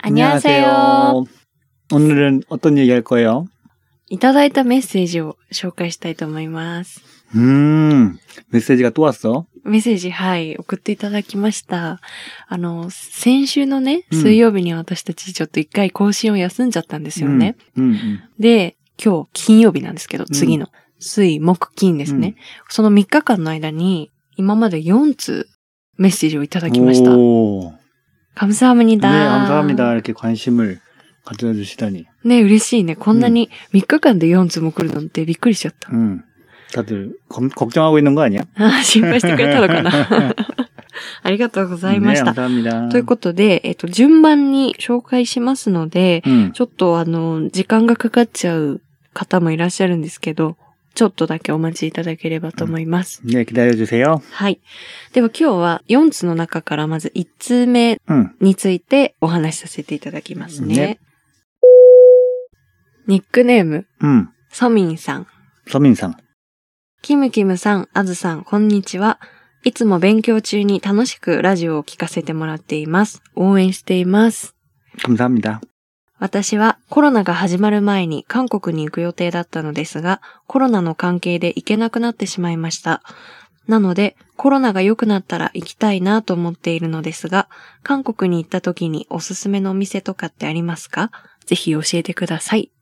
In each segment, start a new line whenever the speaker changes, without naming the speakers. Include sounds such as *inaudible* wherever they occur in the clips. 안녕하세요.
오늘은 어떤 얘기 할 거예요?
いただいたメッセージを紹介したいと思います。
음, 메시지가 또 왔어.
メッセージ、はい、送っていただきました。あの、先週のね、
うん
水曜日に私たちちょっと一回更新を休んじゃったんですよ
음,
ね。
음, 음.
で、今日金曜日なんですけど、
ん
次の、水、木、金ですね。その3日間の間に、今まで4通メッセージをいただきました。
오, 네,
아, 감사합니다
감사합니다. 이렇게 관심을 가져주시다니.
ね、嬉しいね。こんなに3日間で4通も来るなんてびっくりしちゃった。
음, 다들 검- 걱정하고 있는 거 아니야?
あー *laughs* 心配してくれたのかなありがとうございま
네,
した。
감사합니다.
ということで、えっと、順番に紹介しますので、
음,
ちょっとあの、時間がかかっちゃう方もいらっしゃるんですけど、ちょっとだけお待ちいただければと思います。
네, 기다려주세요.
はい。では今日は4つの中からまず1通目
음,
についてお話しさせていただきますね。
ね
ニックネーム、
음,
ソミンさん。
서민상.
キムキムさん、アズさん、こんにちは。いつも勉強中に楽しくラジオを聞かせてもらっています。応援しています。
감사합니다.
私はコロナが始まる前に韓国に行く予定だったのですが、コロナの関係で行けなくなってしまいました。なので、コロナが良くなったら行きたいなと思っているのですが、韓国に行った時におすすめのお店とかってありますかぜひ教えてください。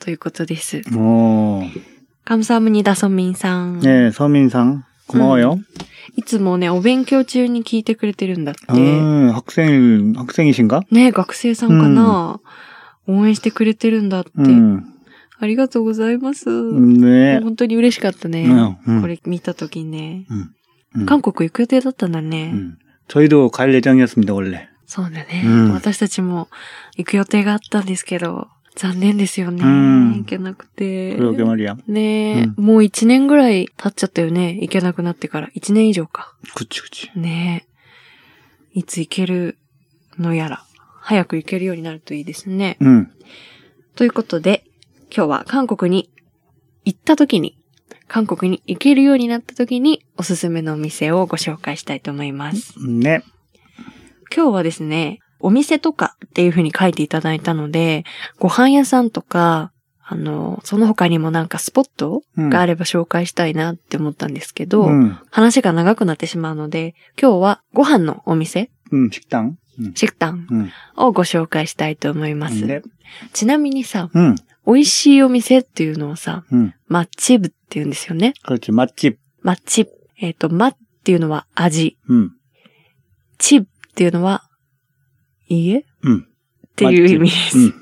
ということです。
오,
カムサムニダソミンさん。
네, 서민상. 고마워요.
いつもね、お勉強中に聞いてくれてるんだって。
음, 학생, 학생이신가?
ね、学生さんかな、応援してくれてるんだって。
음,
ありがとうございます。
네.
本当に嬉しかったね。
음, 음.
これ見たときね。
음.
韓国行く予定だったんだね。
음. 저희도 갈 예정이었습니다 원래.
そうだね、
うん
私たちも行く予定があったんですけど、残念ですよね。
うん
行けなくて。
그러게 말이야.
ねえ、
う
もう一年ぐらい経っちゃったよね。行けなくなってから。一年以上か。
그치 그치.
ねえ。いつ行けるのやら。早く行けるようになるといいですね。
응.
ということで、今日は韓国に行った時に、韓国に行けるようになった時におすすめのお店をご紹介したいと思います。
네.
今日はですね、お店とかっていう風に書いていただいたので、ご飯屋さんとか、あの、その他にもなんかスポット
응.
があれば紹介したいなって思ったんですけど、
응.
話が長くなってしまうので、今日はご飯のお店
응. 음, 식당. 응.
食堂
응.
をご紹介したいと思います。
네. 음.
ちなみにさ、
응.
美味しいお店っていうのをさ、
응.
マッチブって言うんですよね。
음. 그렇지 맛집.
マッチブ。えっ、と、マっていうのは味。
응.
チブっていうのは家っ
응.
ていう意味です。
응.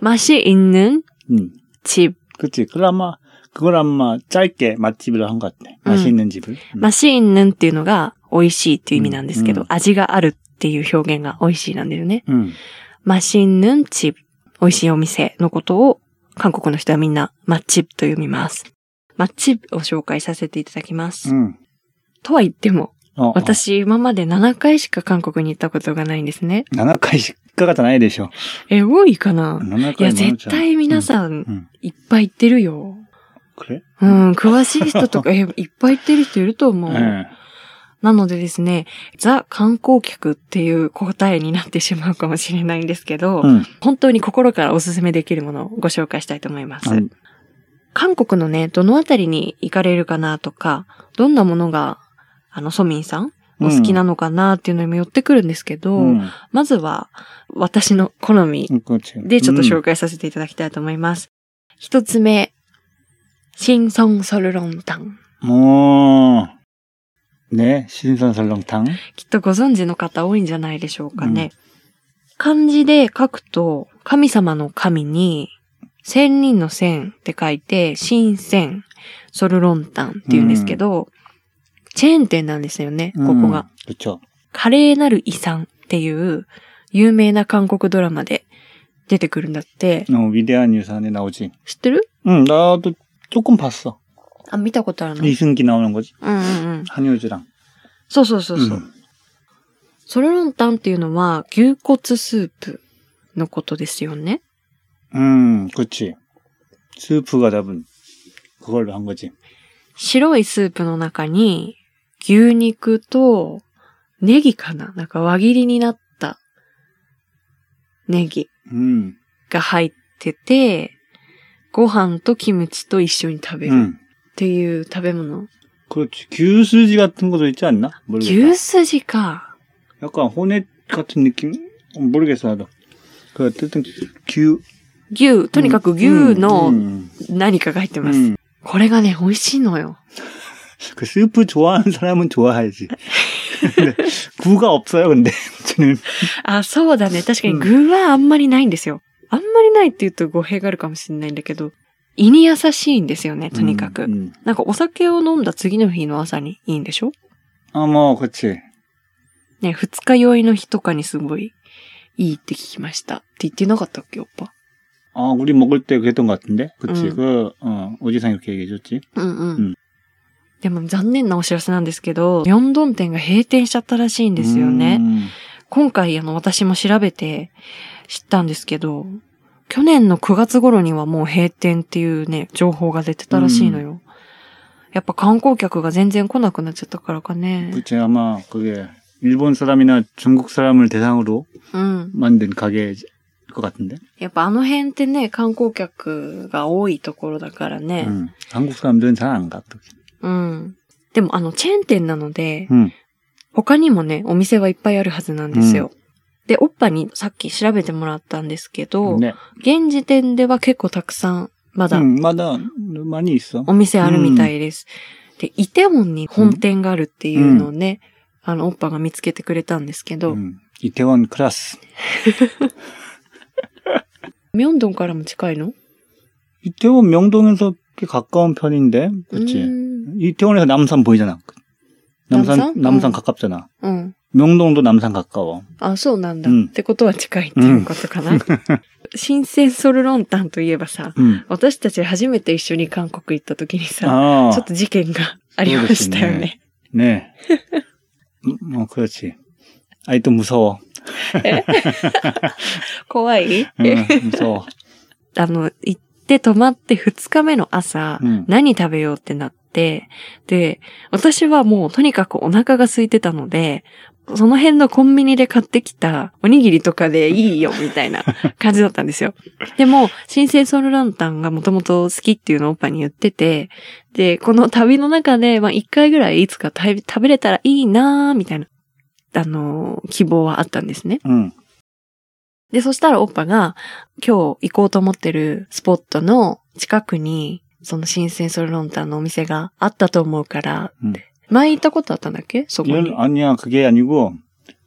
맛이있는
응.
집.
음. 그렇지. 그걸 아마 그걸 아마 짧게 맛집으로 한 것 같아.
응.
음. 맛있는 집을. 응.
맛이있는っていうのが美味しいっていう意味なんですけど、
うん
味があるっていう表現が美味しいなんだよね。
응.
맛이있는 집。美味しいお店のことを韓国の人はみんなマッチブと読みます。マッチブを紹介させていただきます。
응.
とは言っても、
음. 어, 어.
私今まで7回しか韓国に行ったことがないんですね。
나나카이 식가가 나야 되셔.
え、多いかないいや、絶対皆さ
うんん、
いっぱい行ってるよ。
음. 그래?
うん、詳しい人と *laughs* か、え、いっぱい行ってる人いると思う。
응.
なのでですね、ザ観光客っていう答えになってしまうかもしれないんですけど、
응.
本当に心からおすすめできるものをご紹介したいと思います。
응.
韓国のね、どのあたりに行かれるかなとか、どんなものが、あの、ソミンさんお好きなのかなっていうのにも寄ってくるんですけど、
응.
まずは、私の好み
응, 음. 그렇지. 음.
で、ちょっと
응.
紹介させていただきたいと思います。一つ目、新ソソルロンタン。
오. 뭐, 네, 신선 설렁탕.
きっとご存知の方多いんじゃないでしょうかね。漢字で書くと、神様の神に、千人の千って書いて、新千、ソルロンタンって言うんですけど、チェーン店なんですよね、ここが。
음, 그렇죠.
華麗なる遺産っていう、有名な韓国ドラマで出てくるんだって。
어, 위대한 유산에 나오지.
知ってる
응 나도 조금 봤어.
あ、見たことあるの。うんう
이승기 나오는 거지.
んうん。
한효주랑.
そうそうそうそう。
음.
ソルロンタンっていうのは、牛骨スープのことですよね。
음, 그렇지. 스프가 잡은 그걸로 한 거지.
白いスープの中に、牛肉と、ネギかななんか輪切りになったネギ
うん。
が入ってて、ご飯とキムチと一緒に食べ
う
るっ
ん。
ていう食べ物。
음, 그렇지. 규수지 같은 것도 있지 않나? 모르겠다.
牛すじか。
약간 호넷 같은 느낌? 어, 모르겠어, 나도. 그, 어쨌든, 규.
牛、とにかく牛
음,
の
음,
何かが入ってます。
음.
これがね、美味しいのよ。
그 스프 좋아하는 사람은 좋아하지. 근데 구가 없어요, 근데. 저는.
あ、そうだね。確かに
うん
具はあんまりないんですよ。あんまりないって言うと語弊があるかもしれないんだけど、胃に優しいんですよね、とにかく。
음, 음.
なんかお酒を飲んだ次の日の朝にいいんでしょ
아, 뭐, 그렇지.
ね、二日酔いの日とかにすごいいいって聞きました。って言ってなかったっけ、おっぱ。
아, 우리 먹을 때 그랬던 것 같은데? 그치,
음.
그, 어, 오지상 이렇게 얘기해줬지.
うんうん。
うん
でも残念なお知らせなんですけど、ヨンドン店が閉店しちゃったらしいんですよね。
음.
今回あの私も調べて知ったんですけど、去年の9月頃にはもう閉店っていうね、情報が出てたらしいのよ。やっぱ観光客が全然来なくなっちゃったからかね。
그치, 아마 그게 일본 사람이나 중국 사람을 대상으로
うん。
만든 가게일 것 같은데?
やっぱあの辺ってね、観光客が多いところだからね。
음. 한국 사람들은 잘 안 가. 또.
うん。でもあのチェーン店なので、
음.
他にもね、お店はいっぱいあるはずなんですよ。で、おっぱにさっき調べてもらったんですけど、
네.
現時点では結構たくさん、まだ
음, 맞아. 많이 있어.
お店あるみたいです。で、イテウォンに本店があるっていうのをね、あの、おっぱが見つけてくれたんですけど、
음. 이태원 클라스.
ミョンドンからも近いの
이태원 명동에서 꽤 가까운 편인데,
う
그치?
ーん
이태원에서 남산 보이잖아. 남산, 어.
남산?
남산,
응.
가깝잖아.
うん。
명동도 남산 가까워.
あ、そうなんだ。
うん
ってことは近いっていうことかな。 *laughs* 新鮮ソルロンタンといえばさ、
음.
私たち初めて一緒に韓国行った時にさ、
아,
ちょっと事件がありましたよ
そうです
ね
ね。 네. 음, 어, 그렇지. 아이, 또 무서워.
怖い、
응, 무서워.
あの、行って泊まって2日目の朝、
응.
何食べようってなって、で、私はもうとにかくお腹が空いてたので、その辺のコンビニで買ってきたおにぎりとかでいいよみたいな感じだったんですよ。でも、新生ソウルランタンがもともと好きっていうのをオッパに言ってて、で、この旅の中で、まあ一回ぐらいいつか食べ食べれたらいいなーみたいな、あのー希望はあったんですね。
응.
で、そしたらオッパが、今日行こうと思ってるスポットの近くに、その新鮮ソルロンタンのお店があったと思うから、
うん
前行ったことあったんだっけそこ
이건
に。
아니야, 그게 아니고,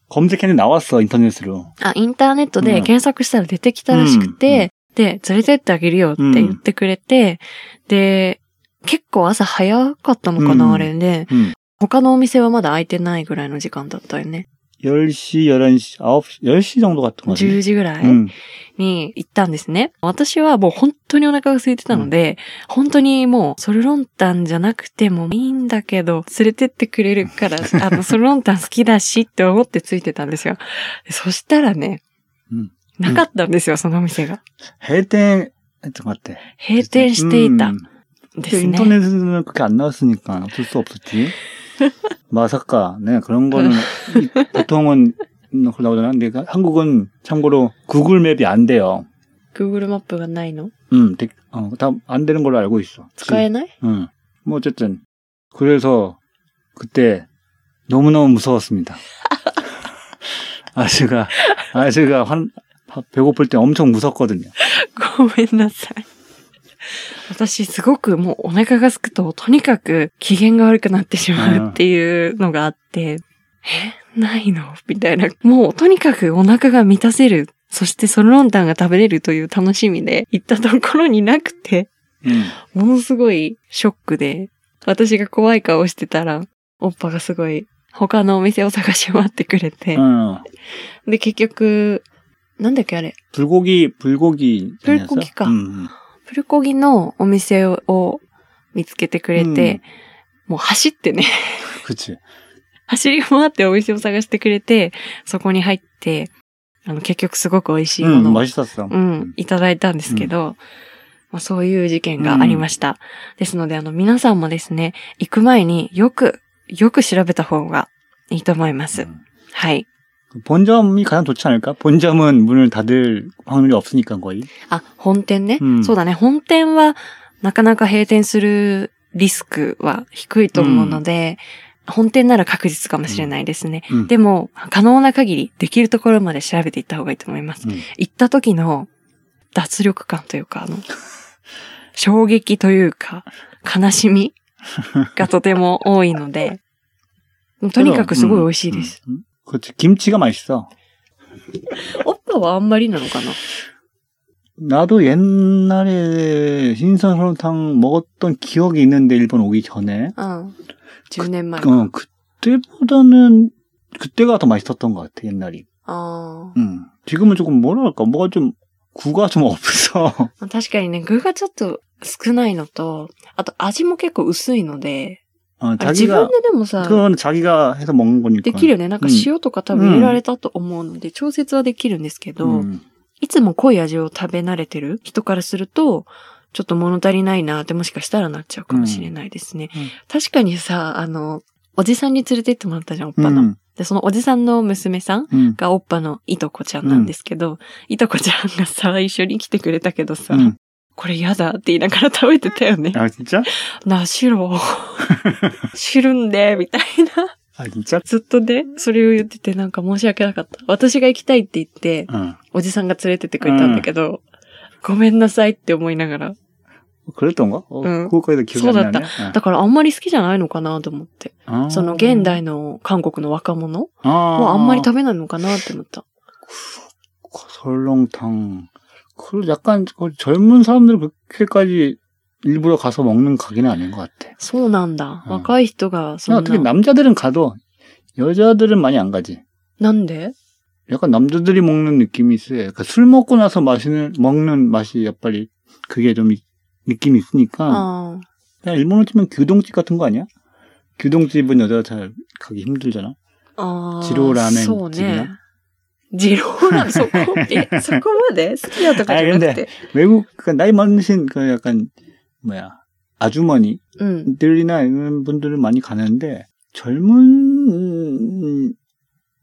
검색했는데 나왔어, 인터넷으로.
あ、インターネットで
うん
検索したら出てきたらしくて、で、連れてってあげるよって言ってくれて、で、結構朝早かったのかな、
うん
あれね。
응.
他のお店はまだ開いてないぐらいの時間だったよね。
10시, 11시, 9시, 10시 정도 같은 거 같은데.
10時ぐらい。
응.
に行ったんですね。私はもう本当にお腹が空いてたので、本当にもうソルロンタンじゃなくてもいいんだけど、連れてってくれる *laughs* から、あの、ソルロンタン好きだしって思ってついてたんですよ。そしたらね、
うん
なかったんですよ、そのお店が。
해외땡했던 것 같아.
閉店していた
음.
んで
근데
すね。
인터넷에는 그렇게 안 나왔으니까 어쩔 수 없었지. 마사카, 네, 그런 거는 이- 보통은 그걸 나오잖아. 근데 한국은 참고로 구글 맵이 안 돼요.
Google マップがないの
음, 되- 어, 다 안 되는 걸로 알고 있어.
使えない
응. 뭐 어쨌든 그래서 그때 너무너무 무서웠습니다. 아저씨가 아저씨가 환- 바- 배고플 때 엄청 무섭거든요.
ごめんなさい。私すごくもうお腹が空くと、とにかく機嫌が悪くなってしまうっていうのがあって、えないのみたいな。もうとにかくお腹が満たせる。そしてソルロンタンが食べれるという楽しみで行ったところになくて、
응.
ものすごいショックで、私が怖い顔してたら、オッパがすごい他のお店を探し回ってくれて、
어,
で結局、なんだっけあれ、
불고기 불고기 아니었어?
불고기가.
음, 음.
プルコギのお店を見つけてくれて、もう走ってね、 *laughs*
그치.
走り回ってお店を探してくれて、そこに入って、あの、結局すごく美味しいも
응,
のを、
음, 맛있었어.
うん、いただいたんですけど、まあ、そういう事件がありました。ですので、あの、皆さんもですね、行く前によく、よく調べた方がいいと思います。
음.
はい。
본점이 가장 좋지 않을까? 본점은 문을 닫을 확률이 없으니까 거의.
あ、本店ね、
うん
そうだね。本店は、なかなか閉店するリスクは低いと思うので、本店なら確実かもしれないですね。
음.
でも、可能な限り、できるところまで調べていった方がいいと思います。
음.
行った時の脱力感というか、あの、衝撃というか、悲しみがとても多いので、とにかくすごい美味しいです。
음, 음. 그렇지. 김치가 맛있어.
おっぱはあんまりなのかな
나도 옛날에 신선 설렁탕 먹었던 기억이 있는데 일본 오기 전에.
うん。10年前。
어, 그때보다는 그때가 더 맛있었던 것 같아 옛날이.
あ
음. 지금은 조금 뭐랄까 뭐가 좀 구가 좀 없어. *laughs*
あ。確かにね、具がちょっと少ないのと、あと味も結構薄いので、
어,
あれ自
자기가
分ででもさ、
그건 자기가 해서 먹는 거니까.
できるよね。なんか
うん
塩とか多分入れられたと思うので、調節はできるんですけど、
음.
いつも濃い味を食べ慣れてる人からすると、ちょっと物足りないなってもしかしたらなっちゃうかもしれないですね。
うんうん
確かにさ、あの、おじさんに連れて行ってもらったじゃん、おっ
음,
ぱの。で、そのおじさんの娘さん
음,
がおっぱのいとこちゃんなんですけど、いとこちゃんがさ、一緒に来てくれたけどさ、
음.
これ嫌だって言いながら食べてたよね。
아 진짜?
なあ、白。 *laughs* 汁んで、みたいな。
아 진짜?
ずっとね、それを言っててなんか申し訳なかった。私が行きたいって言って、
어.
おじさんが連れてってくれたんだけど、ごめんなさいって思いながら。
그랬던가? 어,
응.
그거까지도 기억이 안
소났다.
나네.
だからあんまり好きじゃないのかなと思って。
아.
その現代の韓国の若者
아.
はあんまり食べないのかなって思った。
설렁탕. 그 약간 그 젊은 사람들 그렇게까지 일부러 가서 먹는 가게는 아닌 것 같아.
そうなんだ。
うん
若い人がそ
그냥
ん
어떻게
な。
남자들은 가도 여자들은 많이 안 가지.
なんで
약간 남자들이 먹는 느낌이 있어요. 약간 술 먹고 나서 마시는 먹는 맛이 약간 그게 좀 이- 느낌이 있으니까.
ああ。
그냥 일본으로 치면 규동집 같은 거 아니야? 규동집은 여자가 잘 가기 힘들잖아.
ああ。
ジローラーメン
そう
的
ね
な。
ジロー
*laughs*
ラーメン、そこ、え、そこまで好きだとかじゃなくて。
외국 그러니까 나이 많으신 그 약간 뭐야 아주머니
うん。
들이나 이런 분들은 많이 가는데 젊은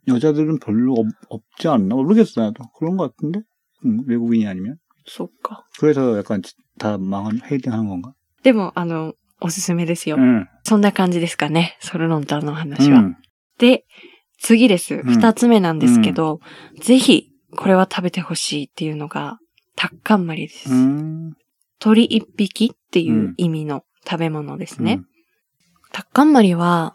여자들은 별로 없, 없지 않나 모르겠어 나도 그런 것 같은데 응, 외국인이 아니면
そっか。
그래서 약간 다 망한 헤딩하는 건가?
でも、あの、おすすめですよ。
응,
そんな感じですかね。ソルロンタンの話は。
응.
で、次です。
ん
二つ目なんですけど、ぜひ、これは食べてほしいっていうのが、タッカンマリです。
음,
鳥一匹っていうんう意味の食べ物ですね。
응.
タッカンマリは、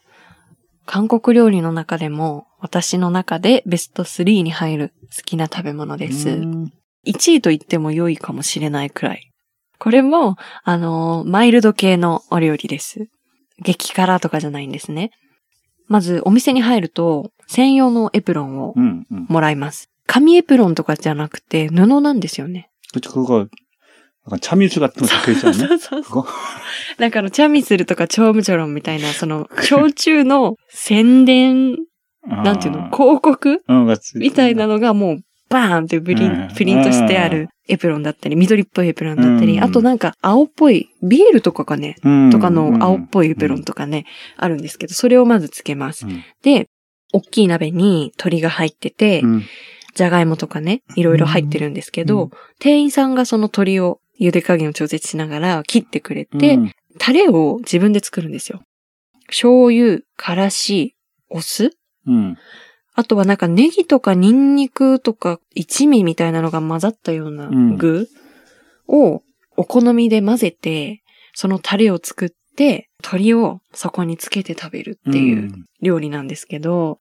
韓国料理の中でも、私の中でベスト3に入る好きな食べ物です。
음,
1位と言っても良いかもしれないくらい。これも、あのーマイルド系のお料理です。激辛とかじゃないんですね。まず、お店に入ると、専用のエプロンを
응, 응.
もらいます。紙エプロンとかじゃなくて、布なんですよね。
그치 그거 약간 참이슬 같은 거 적혀 있지
そう
않나?
そ
*laughs*
うそう
こ
*laughs* なんかあの、チャミスルとかチョームチョロンみたいな、そ *laughs* の、焼酎の宣伝、なんていうの、
아,
広告
응, 같이.
みたいなのがもう、バーンってプリン
うん
プリントしてあるエプロンだったり、緑っぽいエプロンだった
う
り、
ん
あとなんか青っぽい、ビールとかがね、
응,
とかの
응,
青っぽいエプロンとかね、あるんですけど、それをまずつけます。
응,
で、大きい鍋に鶏が入ってて、
응.
じゃがいもとかね、いろいろ入ってるんですけ
うん
ど、店員さんがその鶏を茹で加減を調節しながら切ってくれ
응,
て、タレを自分で作るんですよ。醤油、からし、お酢
응.
あとはなんかネギとかニンニクとか一味みたいなのが混ざったような
うん
具をお好みで混ぜて、そのタレを作って、鶏をそこにつけて食べるっていう
응,
料理なんですけど、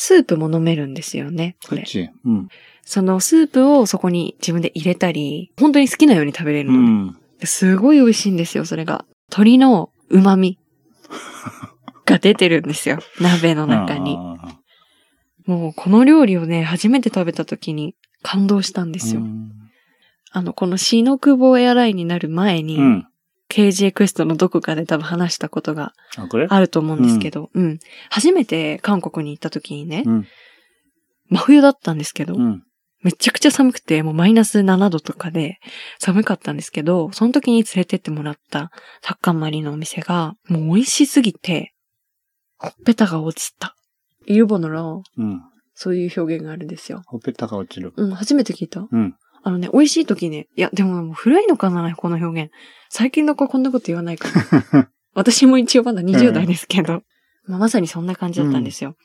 スープも飲めるんですよね、これ。
그치. 음. 응.
そのスープをそこに自分で入れたり、本当に好きなように食べれるので、
응.
すごい美味しいんですよ、それが。鶏の旨味が出てるんです *laughs* よ、鍋の中に。
아.
もうこの料理をね、初めて食べた時に感動したんですよ。
음.
あの、このシノクボエアラインになる前に、
음.
KJ クエストのどこかで多分話したことが
아 그래?
あると思うんですけど、うん、初めて韓国に行った時にね、
응.
真冬だったんですけど、
응.
めちゃくちゃ寒くて、もうマイナス7度とかで寒かったんですけど、その時に連れてってもらったタッカンマリのお店が、もう美味しすぎて、ほっぺたが落ちた。일본어로
응.
そういう表現があるんですよ。
ほっぺたが落ちる。
うん、初めて聞いた。
うん。
あのね、美味しい時ね、いや、でももう古いのかな、この表現。最近の子こんなこと言わない *laughs* から。私も一応まだ20代ですけど。まあ、まさにそんな感じだったんですよ。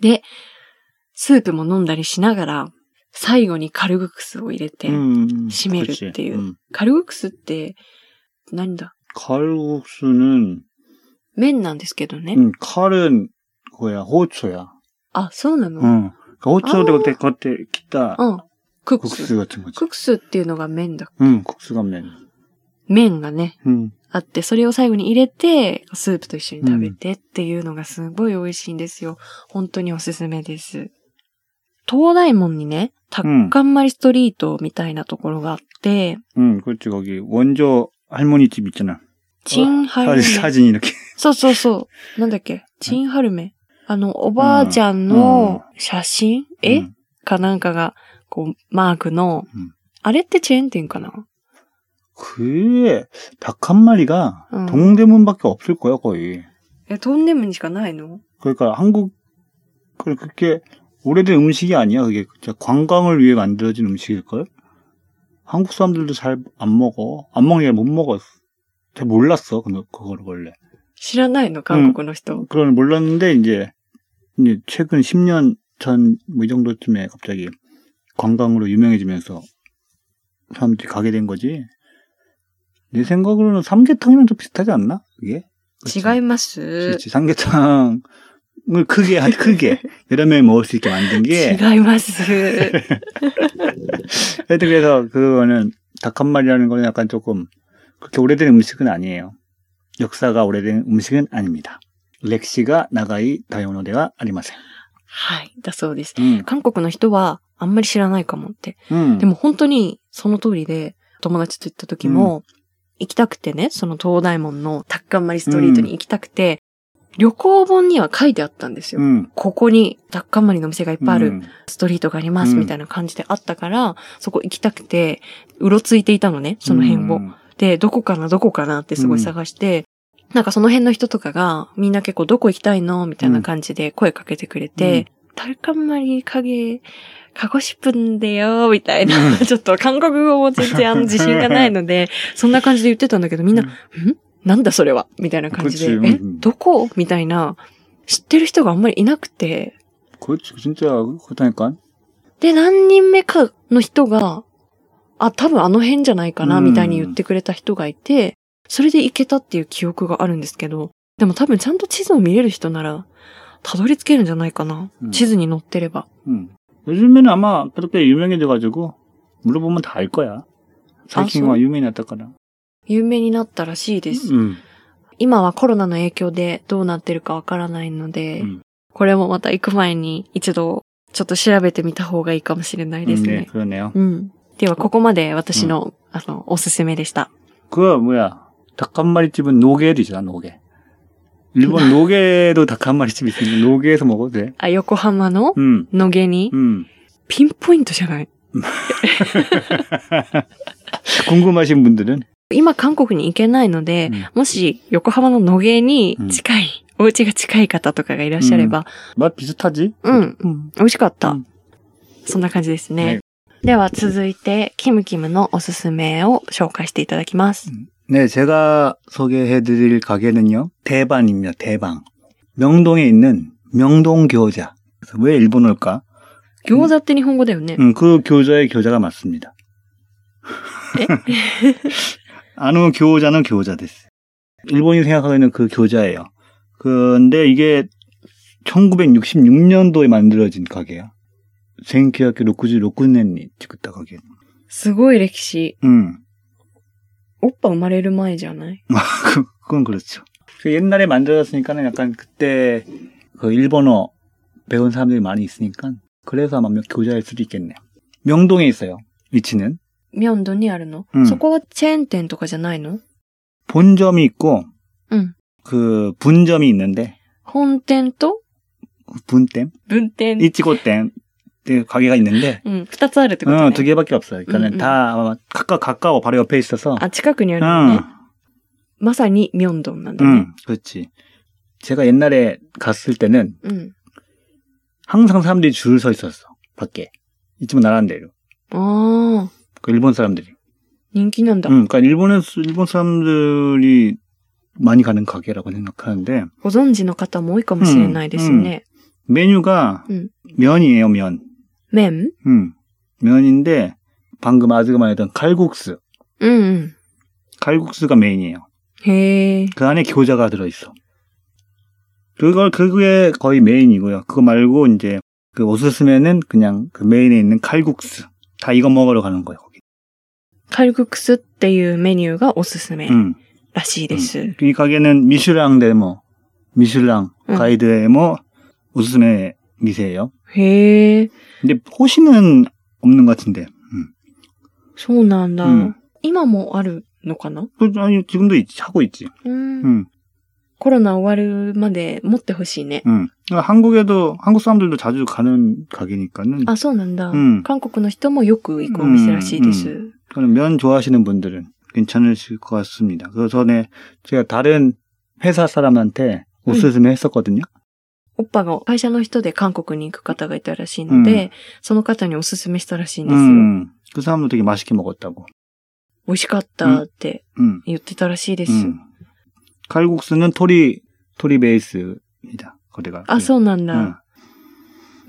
で、スープも飲んだりしながら、最後にカルグクスを入れて、
음.
심해를 때요.
음.
カルグクスって、何だ
칼국수는
麺なんですけどね。
음, 칼은 그거야 호초야.
あ、そうな
응.
の、
음. 그러니까 호초를
아.
그때 겉에 기타
うん。クックス。
국수 그 같은 거지.
クックスっていうのが麺だ。
응, 국수가 음. 맨.
麺がね、
응.
あって、それを最後に入れて、スープと一緒に食べてっていうのがすごい美味しいんですよ。本当におすすめです。東大門にね、タッカンマリストリートみたいなところがあって、
응, 음, 그렇지 거기 원조 할머니 집 있잖아.
チンハルメ。
사진, 사진 이렇게.
そうそうそう。なんだっけチンハルメ。あの、おばあちゃんの写真、絵
응.
かなんかが、こう、マークの、
うん
あれってチェーン店かな
그에 닭 한 마리가
응.
동대문밖에 없을 거야 거의.
え、トンネムにしかないの
그러니까 한국 그 그게 오래된 음식이 아니야. 그게 진짜 관광을 위해 만들어진 음식일 걸. 한국 사람들도 잘 안 먹어. 안 먹는 게못 먹었어. 잘 몰랐어. 그 그거를 원래.
知らないの韓国の人。
그걸 몰랐는데 이제 이제 최근 10년 전 뭐 이 정도쯤에 갑자기 관광으로 유명해지면서 사람들이 가게 된 거지. 내 생각으로는 삼계탕이랑 좀 비슷하지 않나? 그게? 그치?
違います。
그렇지. 삼계탕을 크게, 한- *laughs* 크게, 여러 명이 먹을 수 있게 만든 게.
違います。
하여튼 그래서 그거는 닭 한 마리라는 거는 약간 조금 그렇게 오래된 음식은 아니에요. 역사가 오래된 음식은 아닙니다. 렉시가 나가이 다이오노데가 아리마센.
はい、だそうです。
음.
韓国の人はあんまり知らないかもって。
음.
でも本当にその通りで、友達と行った時も、行きたくてね、その東大門のタッカンマリストリートに行きたくて、旅行本には書いてあったんですよ。
음.
ここにタッカンマリの店がいっぱいある、
음.
ストリートがあります、
うん
みたいな感じであったから、そこ行きたくて、うろついていたのね、その辺を。
음.
で、どこかな、どこかなってすごい探して、なんかその辺の人とかが、みんな結構どこ行きたいのみたいな感じで声かけてくれて、タルカンマリ影、鹿児島分だよ、みたいな。
う
ちょっと韓国語も全然あの自信がないの
*laughs*
で、そんな感じで言ってたんだけど、みんな、
음.
なんだそれはみたいな感じで、
그치
え
う、ん
どこみたいな、知ってる人があんまりいなくて、
그렇지. 진짜 그렇다니까.
で、何人目かの人が、あ、多分あの辺じゃないかな、
うん
みたいに言ってくれた人がいて、それで行けたっていう記憶があるんですけど、でも多分ちゃんと地図を見れる人なら、たどり着けるんじゃないかな。
うん
地図に載ってれば。
음. 요즘에는 아마 그렇게 유명해져가지고 물어보면 다 알 거야. 사이킹과
소?
유명이 났다거나.
有名になったらしいです。
음.
今はコロナの影響でどうなってるかわからないので、
うん
これもまた行く前に一度ちょっと調べてみた方がいいかもしれないです
음, 네,
ね。
그러네요.
うん。では、ここまで私の、あの、おすすめでした。
그 뭐야 닭 한 마리 집은 노게도 있잖아 노게 일본 노게도 닭 한 마리 집 있으니까 노게에서 먹어도 돼.
あ、横浜の
음,
野毛に、
음.
ピンポイントじゃない。
궁금하신 분들은
今韓国に行けないので、
음,
もし横浜の野毛に近い、お家が近い方とかがいらっしゃれば、
맛 비슷하지?
응.
음.
美味しかった。
うん
そんな感じですね。
ね
では続いて、キムキムのおすすめを紹介していただきます。
네, 제가 소개해드릴 가게는요 대방입니다. 대방 명동에 있는 명동 교자. 그래서 왜 일본어일까?
餃子って日本語だよね。
음, 그 교자의 교자가 맞습니다. *laughs* 아노 교자는 교자 됐어요. 일본이 생각하는 그 교자예요. 근데 이게 1966년도에 만들어진 가게야. 생기학교 66년에 찍었다 가게.
すごい歴史。
음, *laughs*
おっぱ生まれる前じゃない
그- 그건 그렇죠. 그 옛날에 만들어졌으니까는 약간 그때 그 일본어 배운 사람들이 많이 있으니까 그래서 아마 교자일 수도 있겠네요. 명동에 있어요. 위치는.
ミョンドにあるの、
うん
そこはチェーン店とかじゃないの
본점이 있고,
응.
그 분점이 있는데
本店と
분댐,
分店。
이치고댐 그 가게가 있는데,
うん、二つあるってことね。
응, 두 개밖에 없어요. 그러니까는
음, 음.
다 아마 가까 가까워 바로 옆에 있어서,
あ、近くにあるのね。
응,
まさにミョンドンなんだね。
응, 그렇지. 제가 옛날에 갔을 때는
うん。
항상 사람들이 줄 서 있었어. 밖에. 이쯤은 나란데요.
ああ、
그 일본 사람들이.
人気なんだ。
응, 그러니까 일본은 일본 사람들이 많이 가는 가게라고 생각하는데
ご存知の方も多いかもしれないですね。
메뉴가
응.
면이에요, 면.
麺
응. 음, 면인데 방금 아즈가 말했던 칼국수.
うんうん。
칼국수가 메인이에요.
へえ。
그 안에 교자가 들어있어. 그걸, 그게 거의 메인이고요. 그거 말고, 이제, 그 오스스메는 그냥 그 메인에 있는 칼국수. 다 이거 먹으러 가는 거예요, 거기.
カルグクスっていうメニューがおすすめ
음.
らしいです。
이 가게는 미슐랑 데모, 미슐랑
응.
가이드 데모 오스스메 미세예요.
へえ、
근데 호시는 없는 것 같은데.
そうなんだ。
うん
今もあるのかな
그 아니, 지금도 있지, 하고 있지.
うん。
음.
コロナ終わるまで持ってほしいね。
음. 그러니까 한국에도, 한국 사람들도 자주 가는 가게니까는.
あ、そうなんだ、
うん
韓国の人もよく行くお店らしいです。
う 저는 면 좋아하시는 분들은 괜찮으실 것 같습니다. 그 전에 제가 다른 회사 사람한테 오스스메 했었거든요.
おっぱが会社の人で韓国に行く方がいたらしいので、
う
その方におすすめしたらしいんですよ。
음, 그 사람도 되게 맛있게 먹었다고.
美味しかったって
음,
言ってたらしいです。
음. 칼국수는 토리 토리 베이스입니다. 거기가.
あ、そうなんだ。
음,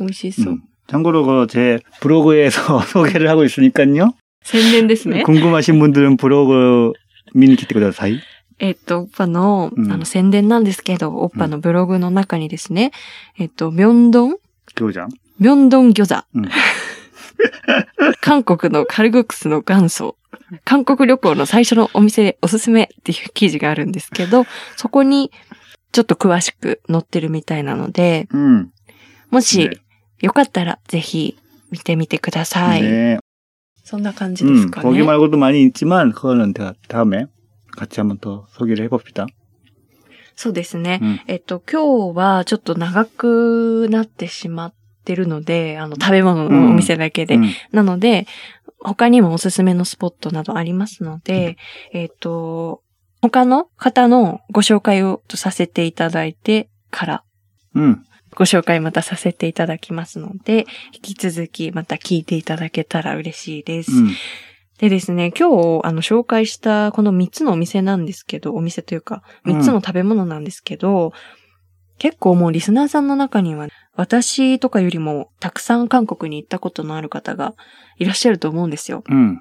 美味しそう。
음. 참고로 그 제 블로그에서 *laughs* 소개를 하고 있으니까요.
宣伝ですね。
궁금하신 분들은 블로그 민키티 고다사이.
えっと、オッパの、
うん
あの、宣伝なんですけど、オッパのブログの中にですね、えっと、ミョンドン、
교장.
ミョンドン餃子。
うん
*laughs* 韓国のカルグクスの元祖。韓国旅行の最初のお店おすすめっていう記事があるんですけど、そこにちょっと詳しく載ってるみたいなので、
음.
も
네.
しよかったらぜひ見てみてください。
네.
そんな感じで
음,
すかね。
거기 말고도 많이 있지만 그거는 다- 다음에 같이 한번 더 소개를 해봅시다.
そうですね。
うん
えっと、今日はちょっと長くなってしまってるので、あの、食べ物のお店だけで。
음.
なので、他にもおすすめのスポットなどありますので、えっと、他の方のご紹介をさせていただいてから、
음.
ご紹介またさせていただきますので、引き続きまた聞いていただけたら嬉しいです。
음.
でですね、今日、あの、紹介したこの3つのお店なんですけど、お店というか、
うん
3つの食べ物なんですけど、結構もうリスナーさんの中には、私とかよりもたくさん韓国に行ったことのある方がいらっしゃると思うんですよ。
음.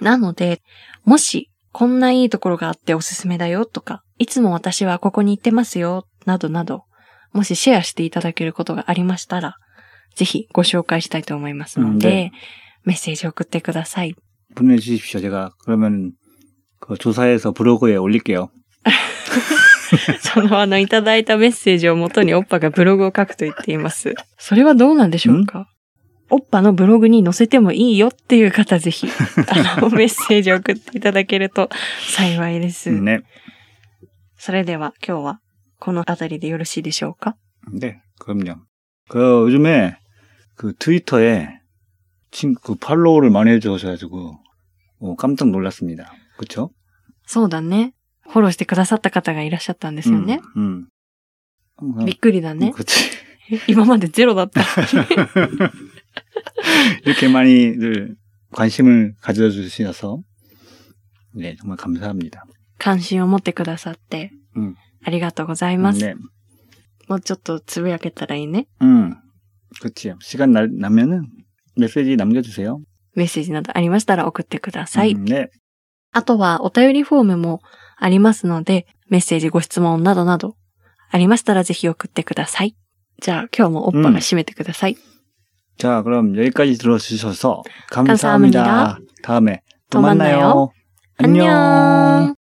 なので、もし、こんないいところがあっておすすめだよとか、いつも私はここに行ってますよ、などなど、もしシェアしていただけることがありましたら、ぜひご紹介したいと思いますので、
うんね
メッセージを送ってください。
보내주십시오. 제가 그러면 그 조사해서 블로그에 올릴게요.
*laughs* その、あの、いただいたメッセージをもとに、オッパがブログを書くと言っています。それはどうなんでしょうかオッパのブログに載せてもいいよっていう方、ぜひ、あの、メッセージを送っていただけると幸いです。
네.
それでは、今日は、このあたりでよろしいでしょうか
네. 그럼요. 그 요즘에 그 트위터에 친구 그 팔로우를 많이 해주셔가지고 어, 깜짝 놀랐습니다. 그쵸?
そうだね。フォローしてくださった方がいらっしゃったんですよね。
음. 음. 항상-
びっくりだね。
그치. *laughs*
今までゼロだった。
이렇게 많이들 관심을 가져주셔서 네 정말 감사합니다.
*laughs* 関心を持ってくださって、
うん
ありがとうございます。
네.
もうちょっとつぶやけたらいいね。
음. 그치. 시간 날, 나면은 메시지 남겨주세요.
メッセージなどありましたら送ってください。
음, 네.
あとはお便りフォームもありますので、メッセージ、ご質問などなどありましたらぜひ送ってください。じゃあ今日もおっぱが締めてください。
자, 그럼 여기까지 들어주셔서 감사합니다.
감사합니다.
다음에 또
또
만나요.
만나요. 안녕.